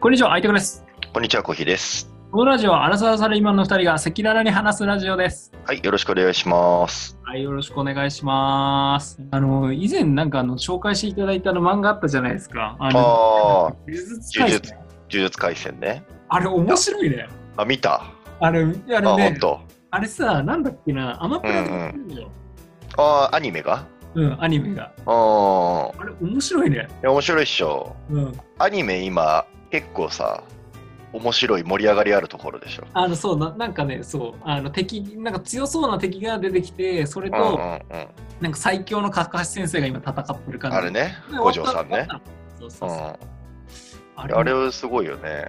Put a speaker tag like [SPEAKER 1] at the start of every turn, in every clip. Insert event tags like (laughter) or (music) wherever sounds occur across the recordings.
[SPEAKER 1] こんにちは、アイテクです。
[SPEAKER 2] こんにちは、コヒーです。
[SPEAKER 1] このラジオはアラサーサラリーマンの2人が赤裸々に話すラジオです。
[SPEAKER 2] はい、よろしくお願いします。
[SPEAKER 1] はい、よろしくお願いします。あの、以前なんかあの紹介していただいたあの漫画あったじゃないですか。あの、
[SPEAKER 2] ああ、
[SPEAKER 1] 呪術廻戦。
[SPEAKER 2] 呪術廻戦ね。
[SPEAKER 1] あれ面白いね。
[SPEAKER 2] あ、見た。
[SPEAKER 1] あれ、あ
[SPEAKER 2] あ、
[SPEAKER 1] れ
[SPEAKER 2] ほん
[SPEAKER 1] ね、
[SPEAKER 2] と。
[SPEAKER 1] あれさ、なんだっけな、アマプラでやってるのよ。
[SPEAKER 2] あー、アニメが
[SPEAKER 1] うん、アニメが。
[SPEAKER 2] ああ、
[SPEAKER 1] あれ面白いね。
[SPEAKER 2] いや面白いっしょ。
[SPEAKER 1] うん。
[SPEAKER 2] アニメ今、結構さ、面白い盛り上がりあるところでしょ。
[SPEAKER 1] あの、そうな、なんかね、そう、あの敵、なんか強そうな敵が出てきて、それ
[SPEAKER 2] うんうんう
[SPEAKER 1] と、
[SPEAKER 2] ん。
[SPEAKER 1] なんか最強の角橋先生が今戦ってる感じ。
[SPEAKER 2] あれね
[SPEAKER 1] で、
[SPEAKER 2] 五条さん。
[SPEAKER 1] 終わった。
[SPEAKER 2] ね
[SPEAKER 1] 終わったそう
[SPEAKER 2] う
[SPEAKER 1] そ
[SPEAKER 2] ん
[SPEAKER 1] うそう。。
[SPEAKER 2] い
[SPEAKER 1] あ
[SPEAKER 2] やあれはすごいよね。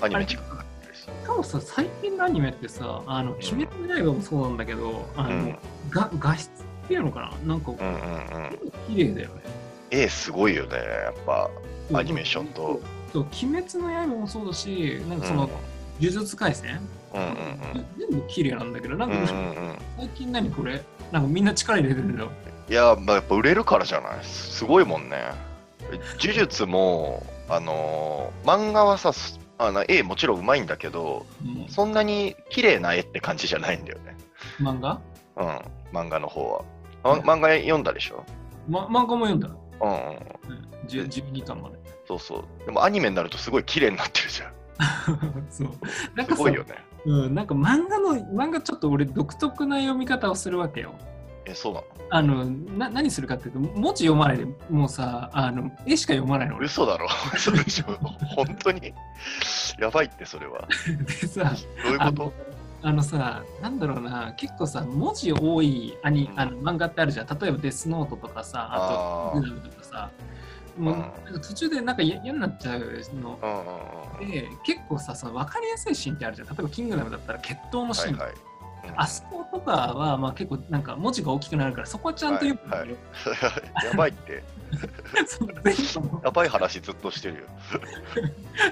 [SPEAKER 2] アニメ近くなってるし。
[SPEAKER 1] しかもさ最近のアニメってさ「あの鬼滅の刃」もそうなんだけどあの、
[SPEAKER 2] うん
[SPEAKER 1] が画質っていうのかななんか
[SPEAKER 2] うんうんうん。
[SPEAKER 1] 綺麗だよね
[SPEAKER 2] 絵すごいよね、やっぱ。アニメーションと
[SPEAKER 1] そう「鬼滅の刃」もそうだしなん
[SPEAKER 2] うん
[SPEAKER 1] かその「呪術廻戦
[SPEAKER 2] うんうん」
[SPEAKER 1] 全部綺麗なんだけどなん
[SPEAKER 2] うん。
[SPEAKER 1] か
[SPEAKER 2] う
[SPEAKER 1] も
[SPEAKER 2] ん
[SPEAKER 1] う
[SPEAKER 2] うんうん。
[SPEAKER 1] 最近何これなんかみんな力入れてるんだよ
[SPEAKER 2] いや、まあ、やっぱ売れるからじゃないすごいもんね。呪術も、あのー漫画はさ、すあの絵もちろんうまいんだけど、
[SPEAKER 1] うん
[SPEAKER 2] そんなに綺麗な絵って感じじゃないんだよね。
[SPEAKER 1] 漫画、
[SPEAKER 2] うん、漫画の方は。ま漫画読んだでしょ
[SPEAKER 1] ま、漫画も読んだ、う
[SPEAKER 2] うん、うん、
[SPEAKER 1] ん、10 12巻まで (laughs)
[SPEAKER 2] そうそう。でもアニメになるとすごい綺麗になってるじゃん。
[SPEAKER 1] そうなん
[SPEAKER 2] す
[SPEAKER 1] か
[SPEAKER 2] ご
[SPEAKER 1] さ
[SPEAKER 2] いよね。
[SPEAKER 1] うん、なんか漫画の漫画ちょっと俺独特な読み方をするわけよ
[SPEAKER 2] え、そうなの
[SPEAKER 1] あのな何するかっていうと文字読まないでもうさあの絵しか読まないの俺
[SPEAKER 2] 嘘だろ嘘でしょ本当に。やばいって、それは。
[SPEAKER 1] でさ
[SPEAKER 2] どういう
[SPEAKER 1] あ
[SPEAKER 2] こと
[SPEAKER 1] のあのさなんだろうな結構さ文字多いアニあの漫画ってあるじゃん例えば「デスノート」とかさあ
[SPEAKER 2] あー
[SPEAKER 1] と「グラム」とかさもう
[SPEAKER 2] うん
[SPEAKER 1] なんか途中でなんか嫌嫌になっちゃうの
[SPEAKER 2] うんうんうん。
[SPEAKER 1] で結構さその分かりやすいシーンってあるじゃん例えば「キングダム」だったら決闘のシー
[SPEAKER 2] はい
[SPEAKER 1] ン、
[SPEAKER 2] はい。うん
[SPEAKER 1] あそことかは、まあ、結構なんか文字が大きくなるからそこはちゃんと読むんだよ、
[SPEAKER 2] やばい (laughs) って。
[SPEAKER 1] (laughs) その前後の
[SPEAKER 2] やばい話ずっとしてるよ。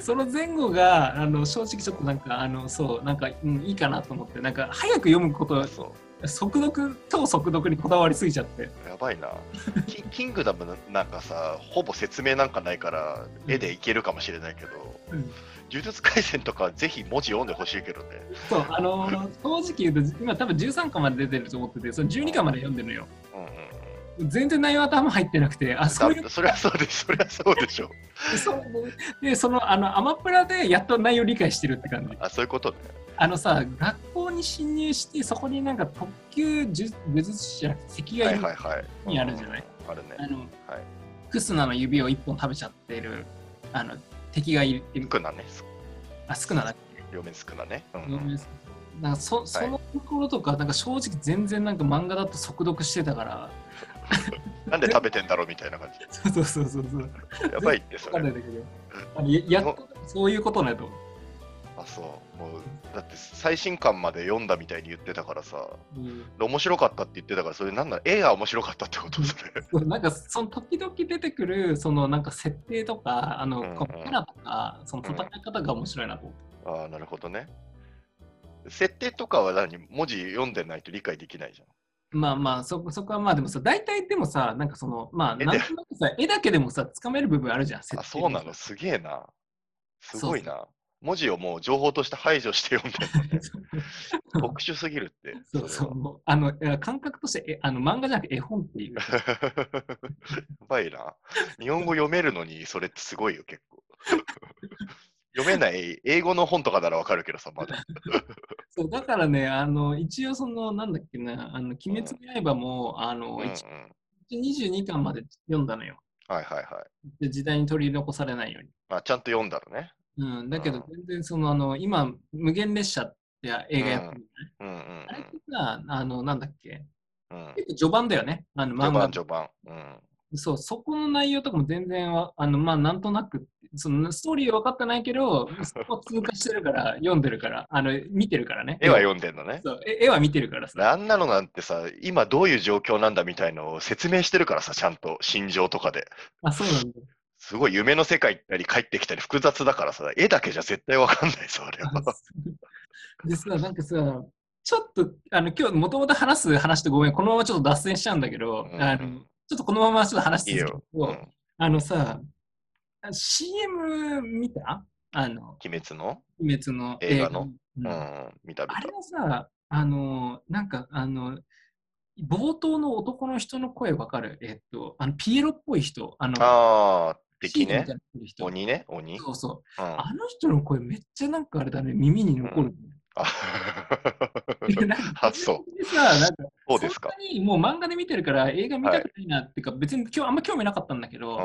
[SPEAKER 1] その前後があの正直ちょっとなんかあのそうなんか、うん、いいかなと思ってなんか早く読むこと
[SPEAKER 2] そ
[SPEAKER 1] 速読超速読にこだわりすぎちゃって
[SPEAKER 2] うやばいな。 (laughs) キキングダムなんかさ、ほぼ説明なんかないから、絵でいけるかもしれないけど、
[SPEAKER 1] うん
[SPEAKER 2] 呪術廻戦とかぜひ文字読んでほしいけどね。
[SPEAKER 1] そうあの正直言うと今多分13巻まで出てると思っててその12巻まで読んでるのよ
[SPEAKER 2] うんうん
[SPEAKER 1] 全然内容頭入ってなくてあそうい
[SPEAKER 2] うん。
[SPEAKER 1] う
[SPEAKER 2] だそりゃそうでしょ、そりゃそうでしょ。
[SPEAKER 1] そうでそのあのアマプラでやっと内容理解してるって感じ
[SPEAKER 2] あ、そういうことね。
[SPEAKER 1] あのさ学校に侵入してそこになんか特級呪呪術師じゃなくて敵が
[SPEAKER 2] はいい
[SPEAKER 1] る、
[SPEAKER 2] はいはい。
[SPEAKER 1] にあるじゃない
[SPEAKER 2] うんうんうんある
[SPEAKER 1] あ
[SPEAKER 2] ね。
[SPEAKER 1] の
[SPEAKER 2] はい。
[SPEAKER 1] クスナの指を一本食べちゃってるあの敵がいる
[SPEAKER 2] 少なね。
[SPEAKER 1] あ少なだっけ
[SPEAKER 2] 両面少なね。うん
[SPEAKER 1] ご
[SPEAKER 2] う
[SPEAKER 1] めん
[SPEAKER 2] ん
[SPEAKER 1] なさいなんかそそのところとか、なんか正直全然なんか漫画だと速読してたから
[SPEAKER 2] なんで食べてんだろうみたいな感
[SPEAKER 1] そうそうそうそうそう
[SPEAKER 2] じ。やばいって、そ
[SPEAKER 1] 分かんな
[SPEAKER 2] れ
[SPEAKER 1] い。んだけどあのややっとそういうことねと
[SPEAKER 2] あ、そう。もう、だって最新刊まで読んだみたいに言ってたからさ。
[SPEAKER 1] うん
[SPEAKER 2] で面白かったって言ってたからそれなんなの絵が面白かったってことそれ
[SPEAKER 1] そうなんかその時々出てくるそのなんか設定とかあの、
[SPEAKER 2] うんうん
[SPEAKER 1] こうキャラとかその戦い方が面白いなと思って、
[SPEAKER 2] ああなるほどね設定とかは何文字読んでないと理解できないじ
[SPEAKER 1] まあまあそそこはまあでもさ大体でもさなんかそのまあ
[SPEAKER 2] 絵で
[SPEAKER 1] なんとなくさ絵だけでもさつかめる部分あるじゃん
[SPEAKER 2] ゃんあ
[SPEAKER 1] 設定
[SPEAKER 2] そうな
[SPEAKER 1] の (laughs)
[SPEAKER 2] の
[SPEAKER 1] さ
[SPEAKER 2] すげえなすごいな文字をもう情報として排除して読んでるの
[SPEAKER 1] (laughs)
[SPEAKER 2] ね特殊すぎるって
[SPEAKER 1] そうそう、もうあの、え感覚としてえあの漫画じゃなくて絵本って
[SPEAKER 2] (laughs)
[SPEAKER 1] いう。
[SPEAKER 2] それはやばいな日本語読めるのにそれってすごいよ結構 (laughs) 読めない英語の本とかならわかるけどさまだ
[SPEAKER 1] そうだからね、あの一応その、なんだっけな、あの鬼滅の刃 (laughs) も、あ
[SPEAKER 2] う
[SPEAKER 1] の
[SPEAKER 2] ん、うん、はい
[SPEAKER 1] 一応22巻まで読んだのよ。
[SPEAKER 2] はいはい
[SPEAKER 1] で時代に取り残されないように。
[SPEAKER 2] まあちゃんと読んだのね
[SPEAKER 1] うん、だけど
[SPEAKER 2] う
[SPEAKER 1] 全然その、あの今、無限列車って映画やってる、ね
[SPEAKER 2] うんうん
[SPEAKER 1] あれってさ、あの、なんだっけ、
[SPEAKER 2] うんうん
[SPEAKER 1] 結構序盤だよね、あの
[SPEAKER 2] 序
[SPEAKER 1] 漫画
[SPEAKER 2] 盤序盤。うん。
[SPEAKER 1] そう、そこの内容とかも全然わ、あのまあ、なんとなく、そのストーリーは分かってないけど、そこを通過してる
[SPEAKER 2] (laughs)
[SPEAKER 1] から、読んでるから、あの見てるからね。
[SPEAKER 2] 絵は読んでんのね。
[SPEAKER 1] そうえ絵は見てるからさ。
[SPEAKER 2] あんなのなんてさ、今どういう状況なんだみたいのを説明してるからさ、ちゃんと心情とかで。
[SPEAKER 1] あ、そうなんだ。
[SPEAKER 2] すごい夢の世界行ったり帰ってきたり複雑だからさ、絵だけじゃ絶対わかんないさ、あれ (laughs) は。
[SPEAKER 1] あでさ、なんかさ、ちょっと、あの、今日、もともと話す話とごめん、このままちょっと脱線しちゃうんだけど、
[SPEAKER 2] うん
[SPEAKER 1] あのちょっとこのままちょっと話
[SPEAKER 2] い
[SPEAKER 1] し
[SPEAKER 2] い
[SPEAKER 1] 続ける
[SPEAKER 2] よ。
[SPEAKER 1] と、あのさ、CM 見たあの、
[SPEAKER 2] 鬼滅の
[SPEAKER 1] 鬼滅の
[SPEAKER 2] 映画の
[SPEAKER 1] 映
[SPEAKER 2] う
[SPEAKER 1] 画うん
[SPEAKER 2] ん、見た見
[SPEAKER 1] あれ
[SPEAKER 2] た。
[SPEAKER 1] はさ、あの、なんか、あの、冒頭の男の人の声わかるえっと、あの、ピエロっぽい人、あの、
[SPEAKER 2] あー、
[SPEAKER 1] シートみ
[SPEAKER 2] 敵
[SPEAKER 1] た
[SPEAKER 2] ね
[SPEAKER 1] い。になってる人
[SPEAKER 2] 鬼ね、鬼。うん
[SPEAKER 1] そうそう。
[SPEAKER 2] あ
[SPEAKER 1] あの人の声めっちゃなんかあれだね、耳に残る、 (laughs) ね。なんか
[SPEAKER 2] あ、そう。
[SPEAKER 1] でさ、なんか、
[SPEAKER 2] そうですか。
[SPEAKER 1] んなにもう漫画で見てるから映画見たくないなっていうか、別に今日あんま興味なかったんだけ
[SPEAKER 2] う
[SPEAKER 1] ど、
[SPEAKER 2] ん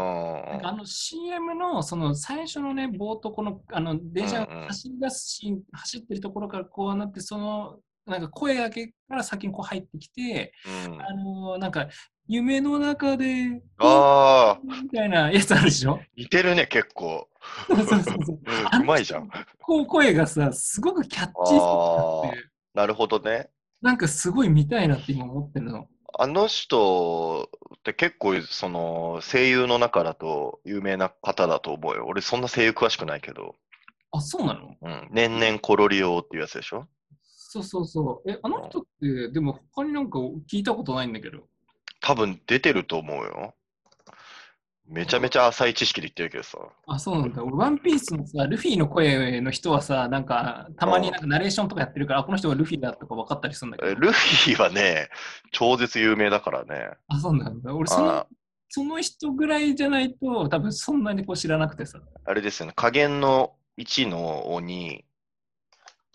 [SPEAKER 1] なんかあの CM のその最初のね、冒頭、このあの電車
[SPEAKER 2] うんう
[SPEAKER 1] が
[SPEAKER 2] ん
[SPEAKER 1] 走り出すシーン、走ってるところからこうなって、そのなんか声だけから先にこう入ってきて、
[SPEAKER 2] うん。
[SPEAKER 1] あのーなんか夢の中で、
[SPEAKER 2] ああ、
[SPEAKER 1] みたいなやつあるでし
[SPEAKER 2] (laughs)
[SPEAKER 1] ょ
[SPEAKER 2] 似てるね、結構。
[SPEAKER 1] そうそうそうそう。
[SPEAKER 2] うまいじゃん。
[SPEAKER 1] こう声がさ、すごくキャッチーさがあって、
[SPEAKER 2] なるほどね。
[SPEAKER 1] なんかすごい見たいなって今思ってるの。
[SPEAKER 2] あの人って結構、その、声優の中だと有名な方だと思うよ。俺、そんな声優詳しくないけど。
[SPEAKER 1] あ、そうなの
[SPEAKER 2] うん。年々コロリオっていうやつでしょ
[SPEAKER 1] そうそうそう。え、あの人って、でも他になんか聞いたことないんだけど。
[SPEAKER 2] 多分出てると思うよ。めちゃめちゃ浅い知識で言ってるけどさ。
[SPEAKER 1] あ、そうなんだ。俺、ワンピースのさ、ルフィの声の人はさ、なんか、たまになんかナレーションとかやってるから、あこの人がルフィだとか分かったりするんだけど。
[SPEAKER 2] えルフィはね、超絶有名だからね。
[SPEAKER 1] あ、そうなんだ。俺、その
[SPEAKER 2] あ、
[SPEAKER 1] その人ぐらいじゃないと、多分そんなにこう知らなくてさ。
[SPEAKER 2] あれですよね、加減の1の鬼、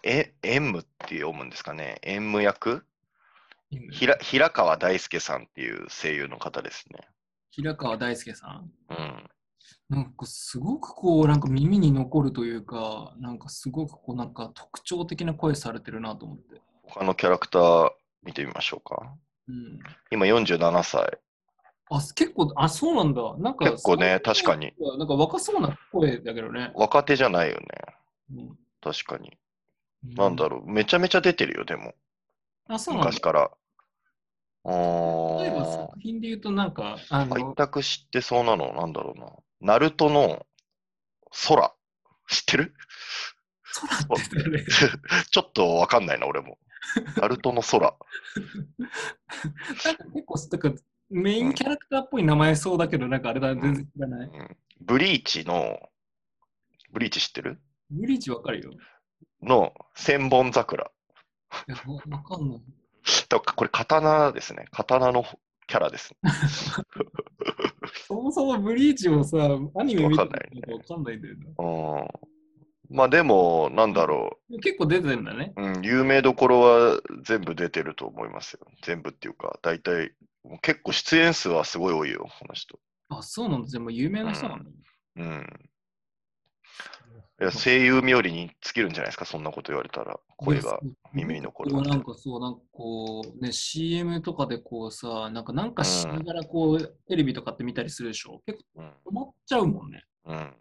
[SPEAKER 2] え、演武って読むんですかね。演武役ひら平川大輔さんっていう声優の方ですね。
[SPEAKER 1] 平川大輔さん。
[SPEAKER 2] うん。
[SPEAKER 1] なんか、すごくこう、なんか耳に残るというか、なんかすごくこう、なんか特徴的な声されてるなと思って。
[SPEAKER 2] 他のキャラクター見てみましょうか。
[SPEAKER 1] うん。
[SPEAKER 2] 今47歳。
[SPEAKER 1] あ、結構、あ、そうなんだ。なんか、
[SPEAKER 2] 結構ね
[SPEAKER 1] そういう
[SPEAKER 2] 確かに。
[SPEAKER 1] なんか若そうな声だけどね。
[SPEAKER 2] 若手じゃないよね。
[SPEAKER 1] うん
[SPEAKER 2] 確かに。なんだろう。めちゃめちゃ出てるよ、でも。
[SPEAKER 1] あ、そうなんだ
[SPEAKER 2] 昔。から。あ
[SPEAKER 1] 例えば
[SPEAKER 2] ー
[SPEAKER 1] 作品で言うと、なんか、あの、
[SPEAKER 2] 開拓知ってそうなの、なんだろうな。ナルトの空。知ってる
[SPEAKER 1] 空って言ったよね
[SPEAKER 2] ちょっとわかんないな、俺も。ナルトの空。
[SPEAKER 1] なんか結構、なんかメインキャラクターっぽい名前そうだけど、なんかあれだ、全然知らな
[SPEAKER 2] う
[SPEAKER 1] い。
[SPEAKER 2] んブリーチの、ブリーチ知ってる
[SPEAKER 1] ブリーチわかるよ。い
[SPEAKER 2] の千本桜。
[SPEAKER 1] やわわかんない。
[SPEAKER 2] だからこれ刀ですね。刀のキャラです、
[SPEAKER 1] そもそもブリーチをさ、アニメ見てるのかわかんないんだよな。
[SPEAKER 2] うん。まあでも、なんだろ
[SPEAKER 1] 結構出てるんだね。
[SPEAKER 2] う。うん、有名どころは全部出てると思いますよ。全部っていうか、大体、もう結構出演数はすごい多いよ、この人。
[SPEAKER 1] あ、そうなんだ。じゃあもう有名な人なの、
[SPEAKER 2] うん。いや声優冥利に尽きるんじゃないですか、そんなこと言われたら。声が。耳に残る
[SPEAKER 1] な
[SPEAKER 2] なんん
[SPEAKER 1] て。
[SPEAKER 2] て
[SPEAKER 1] なんかそう、なんかこう、ね、CM とかでこうさ、なんかなんかしながらこう、テレビとかって見たりするでしょ結
[SPEAKER 2] うん。
[SPEAKER 1] 構止まっちゃうもんね。
[SPEAKER 2] うん。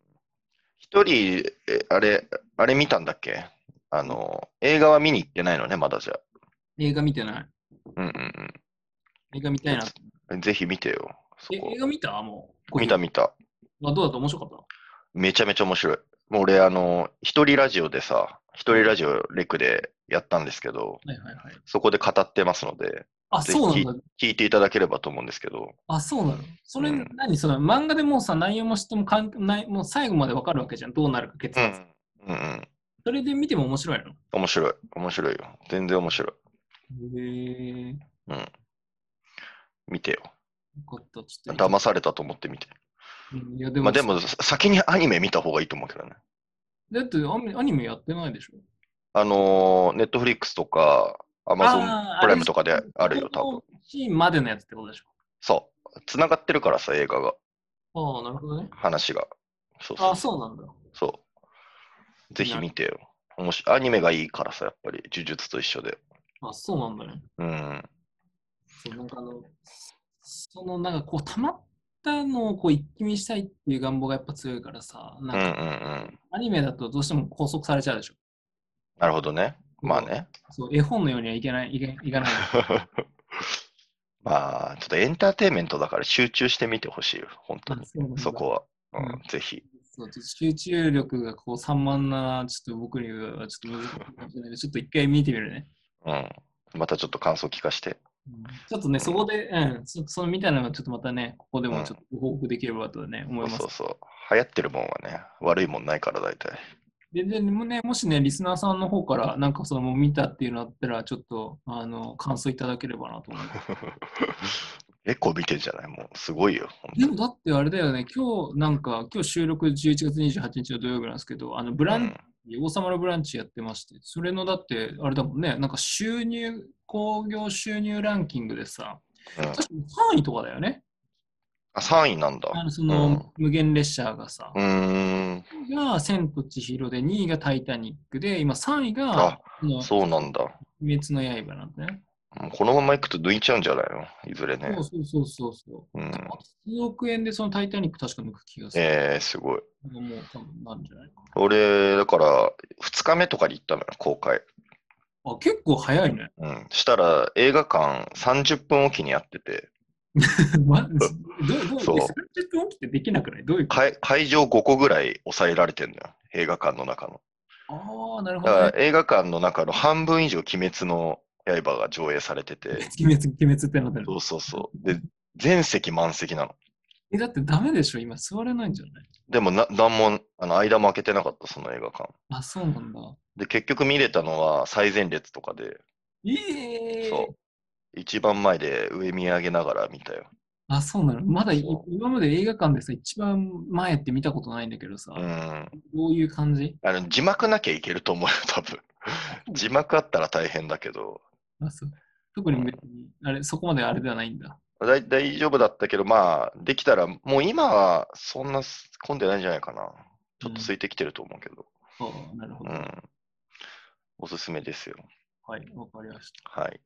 [SPEAKER 2] 一人、えあれ、あれ見たんだっけあの、映画は見に行ってないのね、まだじゃあ。
[SPEAKER 1] 映画見てない。
[SPEAKER 2] うんうん
[SPEAKER 1] 映画見たいな。
[SPEAKER 2] うん。ぜひ見てよ、そ
[SPEAKER 1] え
[SPEAKER 2] こ
[SPEAKER 1] 映。画見たもう。
[SPEAKER 2] 見た見た。
[SPEAKER 1] あどうだった面白かっ
[SPEAKER 2] めちゃめちゃ面白い。もう俺、あの、一人ラジオでさ、一人ラジオレクでやったんですけど、
[SPEAKER 1] たはいはいはい。
[SPEAKER 2] そこで語ってますので、
[SPEAKER 1] あ、
[SPEAKER 2] ぜひ
[SPEAKER 1] そうなんだ。
[SPEAKER 2] 聞いていただければと思うんですけど、
[SPEAKER 1] あ、そうなの。それ、
[SPEAKER 2] うん
[SPEAKER 1] 何その漫画でもうさ、内容も知っても関係ない、もう最後までわかるわけじゃん。どうなるか結
[SPEAKER 2] う
[SPEAKER 1] 末。
[SPEAKER 2] ん。うんうん。
[SPEAKER 1] それで見ても面白いの。
[SPEAKER 2] 面白い。面白いよ。全然面白い。
[SPEAKER 1] へえ。よ
[SPEAKER 2] うん。見てよ。
[SPEAKER 1] かった。ちょっと。
[SPEAKER 2] 騙されたと思って見て。
[SPEAKER 1] うんいや、でも、
[SPEAKER 2] まあでも、さ先にアニメ見た方がいいと思うけどね。
[SPEAKER 1] だってアニアニメやってないでしょ。
[SPEAKER 2] あのー、ネットフリックスとか、アマゾ
[SPEAKER 1] あ
[SPEAKER 2] ン
[SPEAKER 1] ー
[SPEAKER 2] プライムとかであるよ、多分。
[SPEAKER 1] 分。シーンまでのやつってことでし
[SPEAKER 2] そう。繋がってるからさ、映画が、
[SPEAKER 1] ょ。ああ、なるほどね。
[SPEAKER 2] 話が。そうそ
[SPEAKER 1] あ
[SPEAKER 2] う
[SPEAKER 1] あ、そうなんだ。
[SPEAKER 2] そう。ぜひ見てよ。おもしアニメがいいからさ、やっぱり、呪術と一緒で。
[SPEAKER 1] あそうなんだね。
[SPEAKER 2] うん。
[SPEAKER 1] そうなんかあの、そのなんかこう、たまったのをこう一気見したいっていう願望がやっぱ強いからさ、
[SPEAKER 2] う
[SPEAKER 1] なん
[SPEAKER 2] うんうん
[SPEAKER 1] か
[SPEAKER 2] ん。
[SPEAKER 1] アニメだとどうしても拘束されちゃうでしょ。
[SPEAKER 2] なるほどね。ま
[SPEAKER 1] (laughs)
[SPEAKER 2] あね。
[SPEAKER 1] そう絵本のようにはいけない、いけいかない。
[SPEAKER 2] まあ、ちょっとエンターテインメントだから集中してみてほしいよ、本当に。
[SPEAKER 1] そうなんだ
[SPEAKER 2] そこは。う
[SPEAKER 1] うん
[SPEAKER 2] ん、ぜひ。
[SPEAKER 1] そうちょっと集中力がこう散漫な、ちょっと僕にはちょっと難しいかもしれないけど、ちょっと一回見てみるね。
[SPEAKER 2] うん。またちょっと感想聞かして。
[SPEAKER 1] うんちょっとね、そこで、うん、ちょっとそのみたいなのがちょっとまたね、ここでもちょっとご報告できればとね、思
[SPEAKER 2] そ
[SPEAKER 1] いうます
[SPEAKER 2] そう。そう。流行ってるもんはね、悪いもんないから大体。
[SPEAKER 1] で、でもね、もしね、リスナーさんの方から、なんかその、見たっていうのあったら、ちょっと、あの、感想いただければなと思い
[SPEAKER 2] (laughs)
[SPEAKER 1] ます。
[SPEAKER 2] 結構見てんじゃないもうすごいよ。ほんと
[SPEAKER 1] でもだってあれだよね、今日、なんか、今日収録11月28日の土曜日なんですけど、あの、ブラン王様のブランチやってまして、それのだって、あれだもんね、なんか収入、興行収入ランキングでさ、
[SPEAKER 2] うんうん
[SPEAKER 1] 確かに3位とかだよね。
[SPEAKER 2] あ、3位なんだ。
[SPEAKER 1] あのその無限列車がさ
[SPEAKER 2] う、ーん、
[SPEAKER 1] が千と千尋で、2位がタイタニックで、今3位
[SPEAKER 2] あ
[SPEAKER 1] が、その
[SPEAKER 2] そうなんだ。
[SPEAKER 1] 鬼滅の刃なんだね。
[SPEAKER 2] もうこのままいくと抜いちゃうんじゃないのいずれね
[SPEAKER 1] そう。そうそうそうそう。
[SPEAKER 2] うん、
[SPEAKER 1] 数億円でそのタイタニック確か抜く気がする。
[SPEAKER 2] えー、すごい。
[SPEAKER 1] もう多分なんじゃないか
[SPEAKER 2] 俺、だから、2日目とかに行ったのよ、公開。
[SPEAKER 1] な。あ、結構早いね。 (laughs)
[SPEAKER 2] うん。したら、映画館30分おきにやってて、
[SPEAKER 1] まどうどう
[SPEAKER 2] そう
[SPEAKER 1] 30分起きてできなくないどういうこと
[SPEAKER 2] 会会場5個ぐらい抑えられてんのよ、映画館の中の。
[SPEAKER 1] ああ、なるほ
[SPEAKER 2] だ
[SPEAKER 1] ど、
[SPEAKER 2] か
[SPEAKER 1] ね。
[SPEAKER 2] ら、映画館の中の半分以上、鬼滅の刃が上映されてて、
[SPEAKER 1] 鬼滅、鬼滅ってなってる
[SPEAKER 2] そうそうそう。で、全席満席なの。
[SPEAKER 1] え、だってダメでしょ今座れないんじゃない
[SPEAKER 2] でもな、なんも、あの、間も空けてなかった、その映画館。
[SPEAKER 1] あ、そうなんだ。
[SPEAKER 2] で、結局見れたのは最前列とかで、
[SPEAKER 1] ええ
[SPEAKER 2] そう。一番前で上見上げながら見たよ。
[SPEAKER 1] あ、そうなのまだい
[SPEAKER 2] そ
[SPEAKER 1] 今まで映画館でさ、一番前って見たことないんだけどさ、
[SPEAKER 2] うん。
[SPEAKER 1] どういう感じ
[SPEAKER 2] あの、字幕なきゃいけると思うよ、 (laughs) 多分。字幕あったら大変だけど、
[SPEAKER 1] あそう特に別に、あれ、そこまであれではないんだ。
[SPEAKER 2] だい大丈夫だったけど、まあ、できたら、もう今はそんな混んでないんじゃないかな。ちょっと空いてきてると思うけど。
[SPEAKER 1] そう、なるほ
[SPEAKER 2] う
[SPEAKER 1] ど。
[SPEAKER 2] ん。おすすめですよ。
[SPEAKER 1] はい、わかりました。
[SPEAKER 2] はい。